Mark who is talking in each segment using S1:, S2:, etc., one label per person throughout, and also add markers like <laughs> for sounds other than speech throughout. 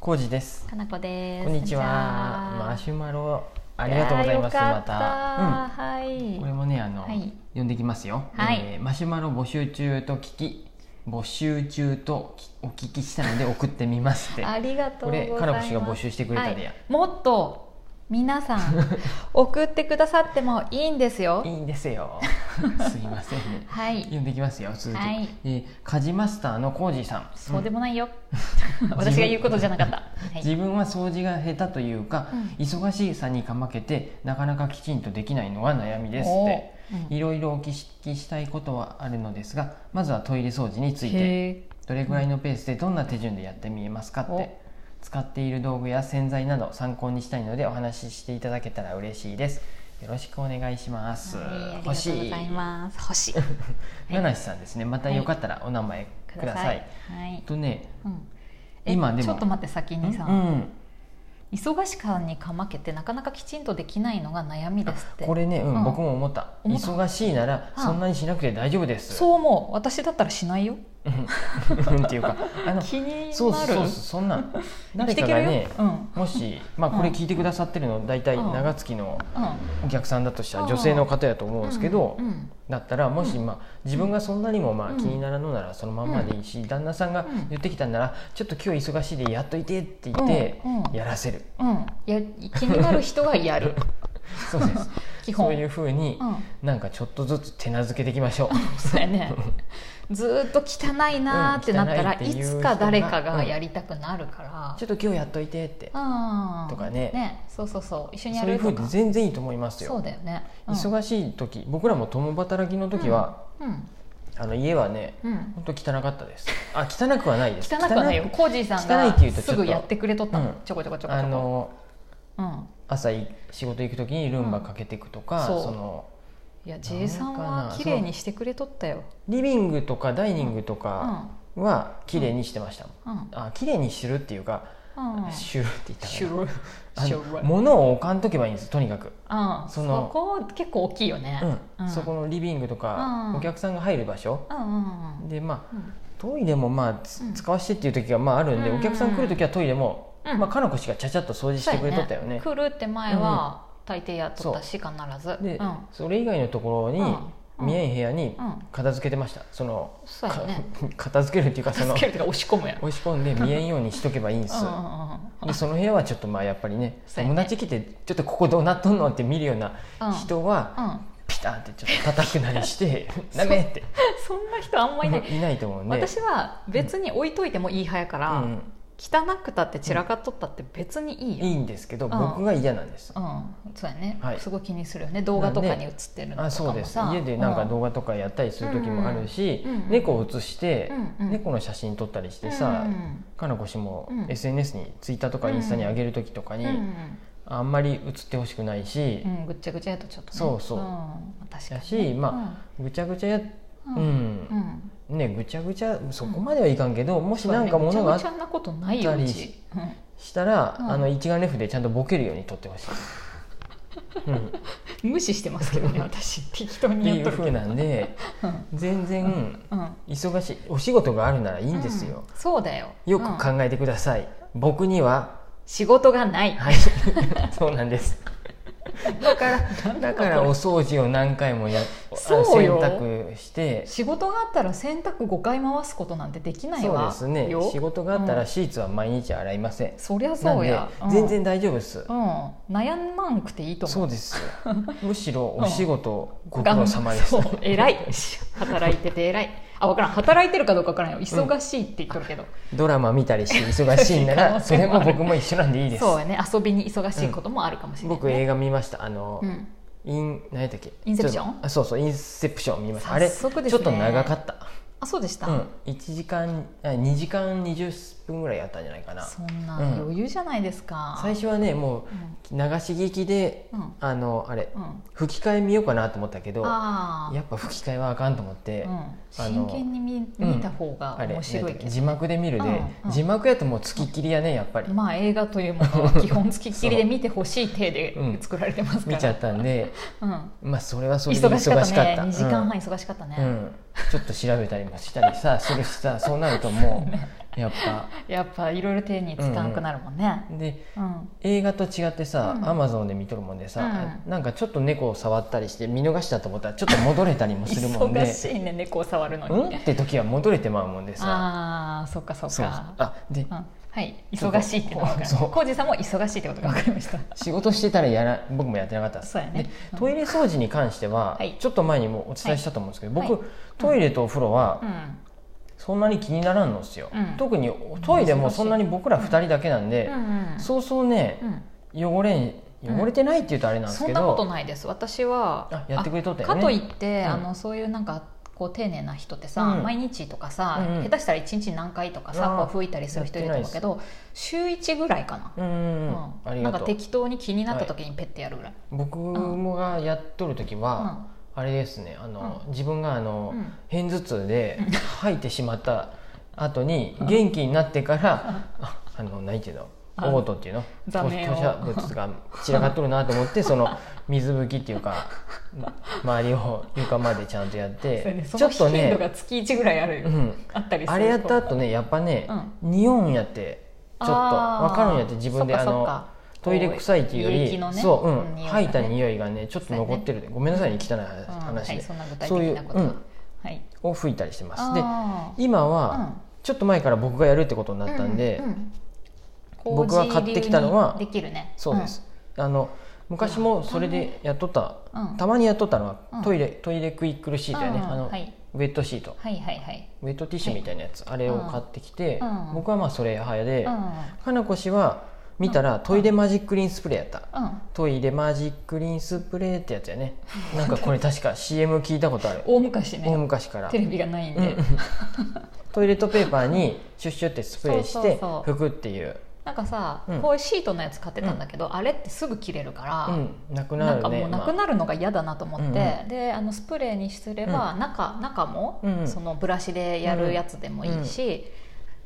S1: コウジです。
S2: かなこです
S1: こんにちは。マシュマロありがとうございます。また。
S2: た、はい
S1: うん。これもねあの、
S2: はい
S1: 読んできますよ、
S2: はい
S1: えーマシュマロ募集中と聞き募集中ときお聞きしたので送ってみますって。
S2: ありがと
S1: こ
S2: うござい
S1: れ
S2: ます
S1: カラボシが募集してくれたでや。
S2: はいもっと皆 <laughs> さん送ってくださってもいいんですよ
S1: い、いんです
S2: <laughs>
S1: よ。すいませんね。
S2: はい
S1: 読んできますよ続き、
S2: はい
S1: えーカジマスターのコウジさん
S2: そうでもないよ私が言うことじゃなかった、はい
S1: 自分は掃除が下手というか、
S2: う
S1: 忙しさにかまけてなかなかきちんとできないのが悩みですっ
S2: お
S1: て
S2: ーうん
S1: いろいろお聞きしたいことはあるのですがまずはトイレ掃除について
S2: へ
S1: どれぐらいのペースでどんな手順でやってみえますかっ
S2: お
S1: て使っている道具や洗剤など参考にしたいのでお話ししていただけたら嬉しいですよろしくお願いします、
S2: ーはいありが
S1: 欲し
S2: とうございます欲しいく
S1: 七井さんですねまたよかったらお名前ください,、
S2: はい、
S1: とね
S2: うん、え
S1: 今でも
S2: ちょっと待って先にさ、
S1: うん
S2: 忙しさにかまけてなかなかきちんとできないのが悩みですって
S1: これね、うん
S2: うん
S1: 僕も思った
S2: 思った
S1: 忙しいなら
S2: うん
S1: そんなにしなくて大丈夫です
S2: そう思う私だったらしないよ
S1: うん <laughs> っていうかあの
S2: 気になる
S1: そうそうそうそんなん誰かがね、
S2: うんうん
S1: もし、まあ、
S2: うん
S1: これ聞いてくださってるの大体
S2: うん
S1: 長月のお客さんだとしたら
S2: うん
S1: 女性の方やと思うんですけど、
S2: うんうん
S1: だったらもし、まあ、自分がそんなにもまあ
S2: うん
S1: 気にならんのならそのまんまでいいし、旦那さんが
S2: うん
S1: 言ってきたんなら「ちょっと今日忙しいでやっといて」って言って
S2: うんうん
S1: やらせる、
S2: うんや気になる人はや
S1: <laughs>
S2: る
S1: そうです
S2: <laughs> 基本
S1: そういうふうに
S2: うん、
S1: なんかちょっとずつ手なずけていきましょう。
S2: そうやねずーっと汚いなーってなったら、
S1: うん汚い
S2: い
S1: っていう人
S2: つ
S1: が
S2: か誰かがやりたくなるから、
S1: ちょっと今日やっといてって
S2: うん
S1: とかね
S2: そうそうそう一緒にや
S1: そういう
S2: る
S1: ふう
S2: と
S1: で
S2: か
S1: 全然いいと思います
S2: そう
S1: よ、
S2: だよね、
S1: 忙しい時僕らも共働きの時は、
S2: うん
S1: あの家はね
S2: うん、うん
S1: 本当汚かったですあ汚くはないです
S2: 汚くはないよ
S1: 汚
S2: コージーさん
S1: 汚いって言うとちょ
S2: が
S1: っと
S2: すぐやってくれとったの、
S1: うん
S2: ちょこちょこちょこちょこ
S1: あの
S2: うん、
S1: 朝い仕事行く時にルンバかけていくとか、
S2: うんそう
S1: その
S2: いや J さんは綺麗にしてくれとったよ、
S1: リビングとかダイニングと
S2: う
S1: か
S2: ん
S1: は綺麗にしてましたもん、
S2: うん
S1: あ綺麗にするっていうか、
S2: うん、
S1: シュルって言った
S2: シ
S1: か
S2: ュル
S1: らあ
S2: シ
S1: の
S2: ュル
S1: 物を置かんとけばいいんですとにかく、
S2: うん、
S1: そ
S2: そ
S1: の
S2: こ結構大きいよね、
S1: うんそこのリビングとか、
S2: うん
S1: お客さんが入る場所
S2: うんうんうん
S1: でまあ
S2: うん
S1: トイレもまあつ
S2: うん
S1: 使わせてっていう時がまああるんで、
S2: うん
S1: お客さん来る時はトイレも、
S2: うん
S1: まあ、かなこ氏がちゃちゃっと掃除してくれとったよね
S2: そうや来るって前は大抵やっとったし必ず
S1: で、
S2: うん
S1: それ以外のところに、
S2: うん
S1: 見えん部屋に
S2: うん
S1: 片付けてましたその、
S2: そうやね
S1: か <laughs> 片付けるっていうかその
S2: 助けるとか押し込むやん
S1: 押し込んで見えんようにしとけばいいんです
S2: うんうんうん
S1: でその部屋はちょっとまあやっぱりね
S2: そうや
S1: 友
S2: ね
S1: 達来てちょっとここどうなっとんのって見るような
S2: うん
S1: 人は、
S2: うん <laughs>
S1: ピタンってちょっと叩くなりして「ダメ!」って
S2: そんな人あんまいない、
S1: いないと思うんで
S2: 私は別に置いといてもいい派やか
S1: う
S2: ら、
S1: ん、
S2: 汚くたって散らかっとったって別にいいよ、
S1: いいんですけど
S2: ん
S1: 僕が嫌なんです
S2: うん、そうやね、
S1: はい
S2: すごい気にするよね動画とかに映ってるの
S1: あ
S2: と
S1: そ
S2: か
S1: うで
S2: も
S1: す
S2: さ
S1: 家でなんか動画とかやったりする時もあるし、
S2: うんうんうん
S1: 猫を写して、
S2: うんうん
S1: 猫の写真撮ったりしてさ、
S2: うんうん
S1: かなこ氏も
S2: うん
S1: SNS にツイッターとかインスタに上げる時とかに、
S2: うん
S1: あんまり写ってほしくないし
S2: う、んうん、ぐっちゃぐちゃやとちょっと、ね、、
S1: そうそうん
S2: 確か
S1: だ
S2: に
S1: しまあ、ぐちゃぐちゃや
S2: うん
S1: うん
S2: う、ん
S1: ねぐちゃぐちゃそこまではいかんけど、もしなんか物があ
S2: そうだねぐちゃぐちゃなことないよ
S1: あった
S2: う
S1: り
S2: ち、うん
S1: したら、
S2: うん
S1: あの一眼レフでちゃんとボケるように撮ってほしい。うん、っ
S2: 無視してますけ
S1: <laughs>
S2: どね私適当
S1: て
S2: に
S1: い
S2: 言っ
S1: う
S2: とる
S1: ふ
S2: け
S1: う
S2: ど
S1: なんで全然
S2: うんうん
S1: 忙しいお仕事があるならいいんですよ。
S2: うんそうだよ
S1: よく
S2: うん
S1: 考えてください、僕には
S2: 仕事がない
S1: はい <laughs> そうなんです
S2: <laughs> だから
S1: <laughs> だからお掃除を何回もやあ
S2: そう
S1: 洗
S2: よ
S1: 濯して
S2: 仕事があったら洗濯5回回すことなんてできない
S1: そうで
S2: わ
S1: すね
S2: よ
S1: 仕事があった
S2: う
S1: ら
S2: ん
S1: シーツは毎日洗いません、
S2: そりゃ
S1: な
S2: そ
S1: ん
S2: う
S1: で
S2: やうん
S1: 全然大丈夫です
S2: う、ん悩まんくていいと
S1: そ
S2: 思う
S1: うです
S2: <laughs>
S1: むしろお仕事ご苦
S2: 頑張
S1: 労様です、
S2: そう偉い働いてて偉いあ分からん働いてるかどうか分からんよ忙しいって言っとるけど、
S1: ドラマ見たりして忙しいな
S2: <laughs>
S1: らそ
S2: そう
S1: れも僕も一緒なんでいいです
S2: そうやね遊びに忙しいこともあるかもしれない、ね
S1: 僕映画見ましたあの、
S2: うん
S1: イン何やったっけ
S2: インセプショ
S1: ちょ
S2: ン
S1: っとあそうそうインセプション見ましたあれ
S2: 早速です
S1: ちょ
S2: ね
S1: っと長かった
S2: あそうでした、
S1: うん、1時間あ2時間20分ぐらいやったんじゃないかな
S2: そんな
S1: うん
S2: 余裕じゃないですか、
S1: 最初はねもう流し聞きで、
S2: うん
S1: あのあれ
S2: うん、うん、
S1: 吹き替え見ようかなと思ったけどや
S2: あ
S1: っぱ吹き替えはあかんと思って、
S2: あ、うん、
S1: あ
S2: 真剣に見,、見た方が
S1: あれ
S2: 面白い
S1: なんだ
S2: け
S1: っけ
S2: ど、
S1: 字幕で見るで、
S2: うんうん
S1: 字幕やともう付きっきりやねやっぱり、
S2: まあ映画というもの
S1: <laughs>
S2: は基本つきっきりで見てほしい体
S1: う
S2: で
S1: ん
S2: 作られてますか
S1: 見ちゃ
S2: ら、
S1: ったんで
S2: うん
S1: まあそれはそれで
S2: 忙しかった
S1: 忙しかっ
S2: ね
S1: た
S2: 2時間半忙しかったね、 <laughs>
S1: うんうんちょっと調べたりもしたりさするしさそうなるともうやっぱ
S2: やっぱいろいろ手につかなくなるもんね、
S1: で
S2: うん
S1: 映画と違ってさ、
S2: うん
S1: アマゾンで見とるもんでさ、
S2: う
S1: なんかちょっと猫を触ったりして見逃したと思ったらちょっと戻れたりもするもんで
S2: 忙しいね猫を触るのに、
S1: うんって時は戻れてまうもんでさ
S2: ああそっかそっか
S1: そうあで、
S2: うん、はい忙しいってのが分か
S1: そう
S2: る浩二さんも忙しいってことが分かり
S1: <laughs>
S2: ました
S1: 仕事してたらやら僕もやってなかったです
S2: そうやね
S1: で
S2: うん
S1: トイレ掃除に関しては、
S2: はい
S1: ちょっと前にもお伝えしたと思うんですけど、
S2: はい
S1: 僕、トイレとお風呂は
S2: うん
S1: そんなに気にならんのですよ、
S2: うん
S1: 特にトイレもそんなに僕ら2人だけなんで、
S2: うんうん
S1: そうそうね
S2: う、ん
S1: 汚れん
S2: うん
S1: 汚れてないって言うとあれなんです
S2: そん
S1: け
S2: な
S1: ど、
S2: ことないです私は
S1: あやってくれとったよね
S2: あかといって、
S1: うん
S2: あのそういうなんかこう丁寧な人ってさ、
S1: うん
S2: 毎日とかさ、
S1: うんうん
S2: 下手したら1日何回とかさ、
S1: あー
S2: こう拭いたりする人いると思うけど週1ぐらいかな、
S1: うんうんうん
S2: うん
S1: ありが
S2: なんか
S1: とう
S2: 適当に気になった時にペッてやるぐらい、
S1: 僕もがやっとる時は、あれですねあの、自分があの、
S2: うん
S1: 片頭痛
S2: <laughs>
S1: で
S2: うん
S1: 吐いてしまった後に
S2: うん
S1: 元気になってから、ああの何ていうの
S2: あ
S1: オートっていうの
S2: 座名を
S1: 吐吐射物が散らかっとるなと思って
S2: <laughs>
S1: その水拭きっていうか周りを床までちゃんとやっ
S2: そうや
S1: て
S2: ねそ
S1: ちょ
S2: の
S1: っと
S2: 頻度
S1: ね、
S2: が月1ぐらいある、
S1: うん、
S2: あったりすると
S1: あれやった後ねやっぱね、匂うんやってちょっと
S2: あー
S1: 分かるんやって自分で
S2: そっ
S1: あ
S2: かそっ
S1: の
S2: か
S1: トイレ臭いっていうよ
S2: こう
S1: り、
S2: 胃液のね
S1: そう、う
S2: うん
S1: ん、
S2: 匂いがね
S1: 吐いた匂いがねちょっと残ってるで、ごめんなさいね汚い話
S2: うん
S1: 話で、
S2: はい、そんな具体
S1: そうい
S2: 的
S1: う
S2: なことは
S1: うん
S2: はい
S1: を吹いたりしてますで
S2: あー
S1: 今
S2: う
S1: は
S2: ん
S1: ちょっと前から僕がやるってことになったんで、
S2: ううん
S1: 僕が買ってきたのは
S2: 麹流にできるね
S1: そうです、あの昔もそれでやっとった、
S2: うん、うん
S1: たまにやっとったのは、
S2: うん
S1: トイレトイレクイックルシートやね、
S2: うん
S1: あの
S2: はい
S1: ウェットシート
S2: はいはいはい
S1: ウェットティッシュみたいなやつ、あれを買ってきて、
S2: うん
S1: 僕はまあそれ派で、
S2: う
S1: かなこ氏は見たら、トイレマジックリンスプレーやった、
S2: んうん
S1: トイレマジックリンスプレーってやつやねなんかこれ確か CM 聞いたことあ
S2: <laughs>
S1: る
S2: 大昔ね
S1: 大昔から
S2: テレビがないん
S1: うんう
S2: で、
S1: ん <laughs> トイレットペーパーにシュッシュってスプレーして
S2: そうそう
S1: 拭くっていう
S2: なんかさ、
S1: うん
S2: こういうシートのやつ買ってたんだけど、あれってすぐ切れるから、
S1: うんなくな
S2: なん
S1: る
S2: かも
S1: ね
S2: うなくなるのが嫌だなと思って、
S1: まあ
S2: であのスプレーにすれば、中中も、
S1: うん
S2: そのブラシでやるやつでもいいし、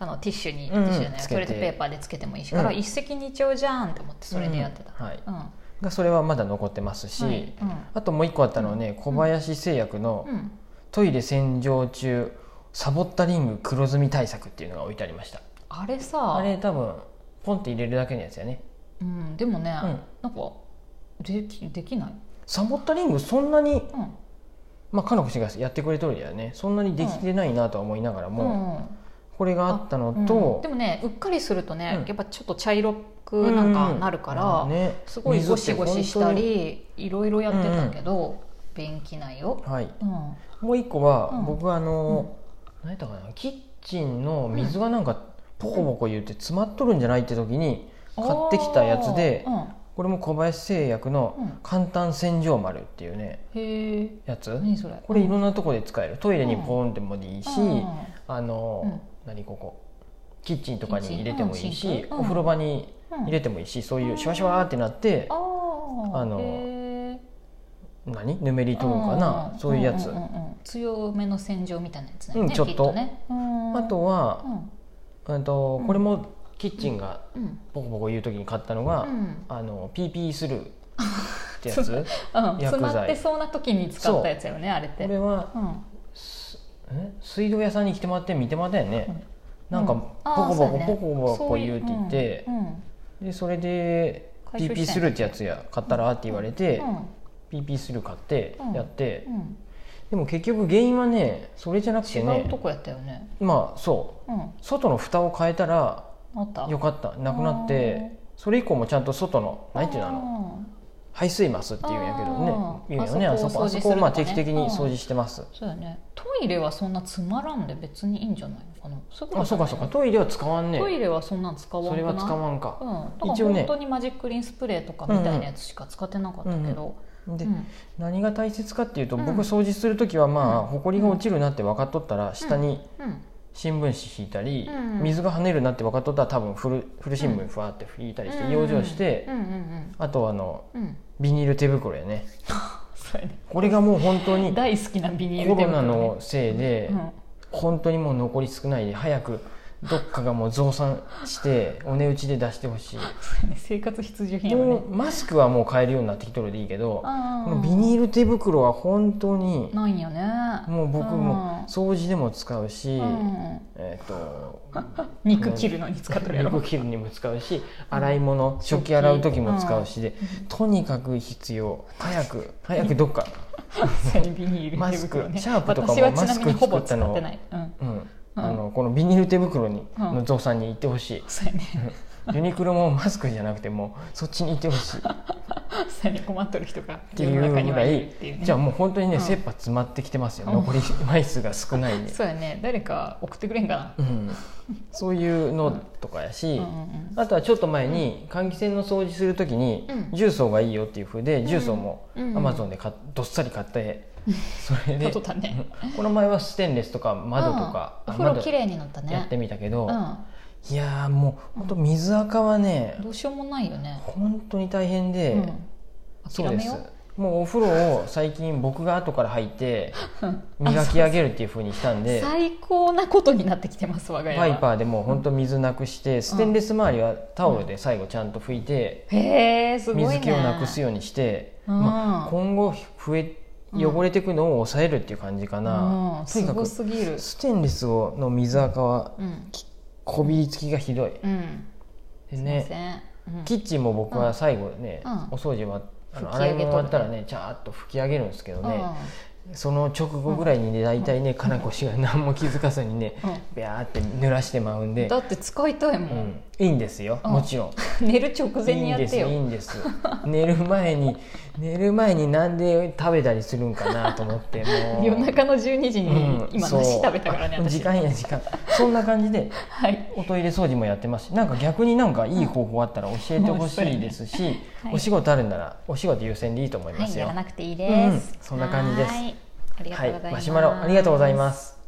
S2: あのティッシュに、
S1: うん
S2: ティッシュじゃない
S1: つけ
S2: トイ
S1: て
S2: レットペーパーでつけてもいいし、から
S1: うん
S2: 一石二鳥じゃんって思ってそれでやってた、
S1: うんはい
S2: うん
S1: がそれはまだ残ってますし、
S2: はい
S1: あともう一個あったのはね小林製薬の
S2: うんうん
S1: トイレ洗浄中サボったリング黒ずみ対策っていうのが置いてありました
S2: あれさ
S1: あれ多分ポンって入れるだけのやつやね
S2: うん、でもね、
S1: うん
S2: なんかできできない、
S1: サボったリングそんなに
S2: うん
S1: まあかのこ氏がやってくれとるやねそんなにできてないなとは思いながらも、
S2: うん
S1: これがあったの
S2: うん
S1: と
S2: で、もねうっかりするとね、
S1: うん
S2: やっぱちょっと茶色くなんかなるから、
S1: ね
S2: すごいゴシゴシした
S1: 水って
S2: りいろいろやってたけど、便器内を
S1: 本当、にはい、
S2: うん、
S1: もう一個は、
S2: うん
S1: 僕はあの、何やったかなキッチンの水がなんかポコポコ言って詰まっとるんじゃないって時に買ってきたやつで、
S2: うん
S1: これも小林製薬
S2: うん
S1: の簡単洗浄丸っていうね
S2: へえ
S1: やつ、
S2: 何それ
S1: これいろんなとこで使えるトイレにポンってもいいし、
S2: うん
S1: あの、
S2: うん
S1: 何ここキッチンとかに入れてもいい
S2: キッチン
S1: し
S2: う、んシンクうん
S1: お風呂場に
S2: うん
S1: 入れてもいいし、そういうシュワシュワーってなって、
S2: ああ
S1: あの
S2: へえ
S1: 何ぬめり取るかな、
S2: ん
S1: そういうやつ、
S2: んんうん強めの洗浄みたいなやつだよね、
S1: うんちょっと
S2: きね、うん
S1: あとは
S2: う、ん
S1: うんと
S2: うん
S1: これもキッチンが
S2: うん
S1: ボコボコ言う時に買ったのが、
S2: うん
S1: あの PP スルーってやつ
S2: <laughs> そう
S1: こ
S2: うん
S1: 薬剤
S2: 詰まってそうな時に使ったやつよねあれって
S1: れは
S2: うん
S1: すえ水道屋さんに来てもらって見てもらったよね、
S2: うん
S1: なんか
S2: うん
S1: ボ
S2: あー
S1: コボ
S2: そう
S1: コ
S2: やね
S1: ボコボコ言うって言って
S2: そういううん
S1: でそれで
S2: 回収したんや
S1: PP スルーってやつや買ったらって言われて、
S2: うん
S1: PP スルー買って
S2: うん
S1: やって、
S2: うん
S1: でも結局原因はねそれじゃなくて
S2: 違う
S1: ね
S2: とこやったよね。
S1: まあそう
S2: うん、
S1: 外の蓋を変えたら
S2: あった。
S1: よかったなくなっ
S2: あ
S1: て
S2: ー
S1: それ以降もちゃんと外の何ていうのあの
S2: の。
S1: 排水マスっていうんやけどね
S2: あー
S1: 言うよねあ
S2: あ
S1: そ
S2: そ
S1: こ
S2: こ
S1: あ
S2: を
S1: そ
S2: 掃除するとかね
S1: こをまあ定期的に掃除してます
S2: そうやね。トイレはそんなつまらんで別にいいんじゃないのかな。そういうこ
S1: あ
S2: とじ
S1: そ
S2: ゃ
S1: う
S2: な
S1: か
S2: い
S1: そうかトイレは使わんね
S2: トイレはそんなん使わんく
S1: そ
S2: ない。
S1: れは使わんか
S2: うん。だから
S1: 一応ね
S2: 本当にマジックリンスプレーとかみたいなやつしか使ってなかったけど。
S1: で
S2: うん
S1: 何が大切かっていうと
S2: うん
S1: 僕掃除する時はまあ
S2: うん
S1: 埃が落ちるなって分かっとったら下に
S2: うん。
S1: 新聞紙引いたり
S2: うん
S1: 水が跳ねるなって分かっとったら多分古古新聞ふわって引いたりして養生し
S2: う
S1: て
S2: んうん
S1: あとあの
S2: うん。うん。
S1: ビニール手袋やね
S2: そうやね。
S1: これがもう本当に
S2: 大好きなビニール
S1: コ
S2: 手
S1: ロ
S2: 袋
S1: ナ
S2: ね
S1: のせいで
S2: うん
S1: 本当にもう残り少ないで早くどっかがもう増産してお値打ちで出してほしい
S2: <laughs> ね生活必需品や
S1: も
S2: ね
S1: うマスクはもう買えるようになってきとるでいいけど
S2: あ
S1: こ
S2: ー
S1: のビニール手袋は本当に
S2: ないんやね
S1: もう僕も
S2: う
S1: 掃除でも使うし、
S2: んうん
S1: えっ、と
S2: 肉切るのに使っとるやろ
S1: 肉切るにも使うし洗い物食器洗う時も使うしでとにかく必要早
S2: <laughs>
S1: く早くどっか、 <laughs>
S2: そうねビニール
S1: マ
S2: 手
S1: スク
S2: 袋ね
S1: シャープとかも
S2: 私はちなみに
S1: マスク
S2: ほぼ
S1: 作
S2: 使
S1: ったの
S2: ってない、うん、
S1: うん、あのこのビニール手袋に
S2: うん
S1: の増産に行ってほしい、
S2: そうやね
S1: ユニクロもマスクじゃなくてもうそっちに行ってほしいっ
S2: <laughs> そうやね困っとる人が
S1: て
S2: 世
S1: い
S2: の
S1: う
S2: 中
S1: ぐ
S2: に
S1: ら
S2: はいいるっていうね
S1: じゃあもう本当にね、
S2: うん
S1: 切羽詰まってきてますよ
S2: うん
S1: 残り枚数が少ないんで、
S2: そうやね誰か送ってくれんかな
S1: うん、そういうのとかやし、
S2: うんうん
S1: あとはちょっと前に換気扇の掃除するときに
S2: うん
S1: 重曹がいいよっていうふうで重曹もア
S2: うん
S1: マゾンで買っどっさり買ってそれ
S2: うん
S1: で
S2: 撮っとったね
S1: この前はステンレスとか窓とか
S2: う
S1: あ
S2: んお風呂
S1: 窓
S2: きれいになったね
S1: やってみたけど
S2: う
S1: いやーもう本当水垢はね
S2: んどうしようもないよね
S1: 本当に大変で
S2: うん
S1: そう
S2: 諦
S1: で
S2: め
S1: す
S2: よ
S1: もうお風呂を最近僕が後から入
S2: <laughs>
S1: って
S2: ううん
S1: 磨き上げるっていうふうにしたんで
S2: 最高なことになってきてます我が家は
S1: ワイパーでもう本当水なくしてステンレス周りはタオルで最後ちゃんと拭いて
S2: へえすごいね
S1: 水気をなくす
S2: よ
S1: ようにして、
S2: うん
S1: まあ、今後増え
S2: うん
S1: 汚れていくのを抑えるっていう感じかな、
S2: うん、
S1: と
S2: す
S1: にか
S2: ご
S1: く
S2: すぎる
S1: ステンレスをの水垢は
S2: うん
S1: こびりつきがひどい
S2: うん
S1: です
S2: いませ
S1: ね
S2: んうん
S1: キッチンも僕は最後ね、
S2: うん
S1: お掃除はあの
S2: 拭き
S1: 洗い
S2: 上げとるね
S1: 物終わったらねちゃーっと拭き上げるんですけどね、
S2: うん
S1: その直後ぐらいにね大体ね金子氏が <laughs> 何も気づかずにね
S2: うん
S1: ビャーって濡らしてまうんで
S2: だ、って使いたいうもん、
S1: ん、いいんですよ
S2: うん
S1: もちろん
S2: <laughs> 寝る直
S1: い
S2: 前に
S1: いん
S2: やっ
S1: です
S2: て
S1: い
S2: よ
S1: いんです寝る前
S2: <laughs>
S1: に寝る前になんで食べたりするんかなと思ってもう
S2: <laughs> 夜中の12時に
S1: うん
S2: 今
S1: そう
S2: 梨食べたからね、
S1: あ
S2: 私
S1: 時間や時間そんな感じで
S2: はい
S1: おトイレ掃除もやってますしなんか逆になんかいい方法あったら教えてほしいですし、
S2: はい
S1: お仕事あるんならお仕事優先でいいと思いま
S2: はい
S1: す
S2: や
S1: よ、
S2: らなくていいで
S1: う
S2: す、
S1: んそんな感じです
S2: はいありがとうございます、
S1: マシュマロありがとうございます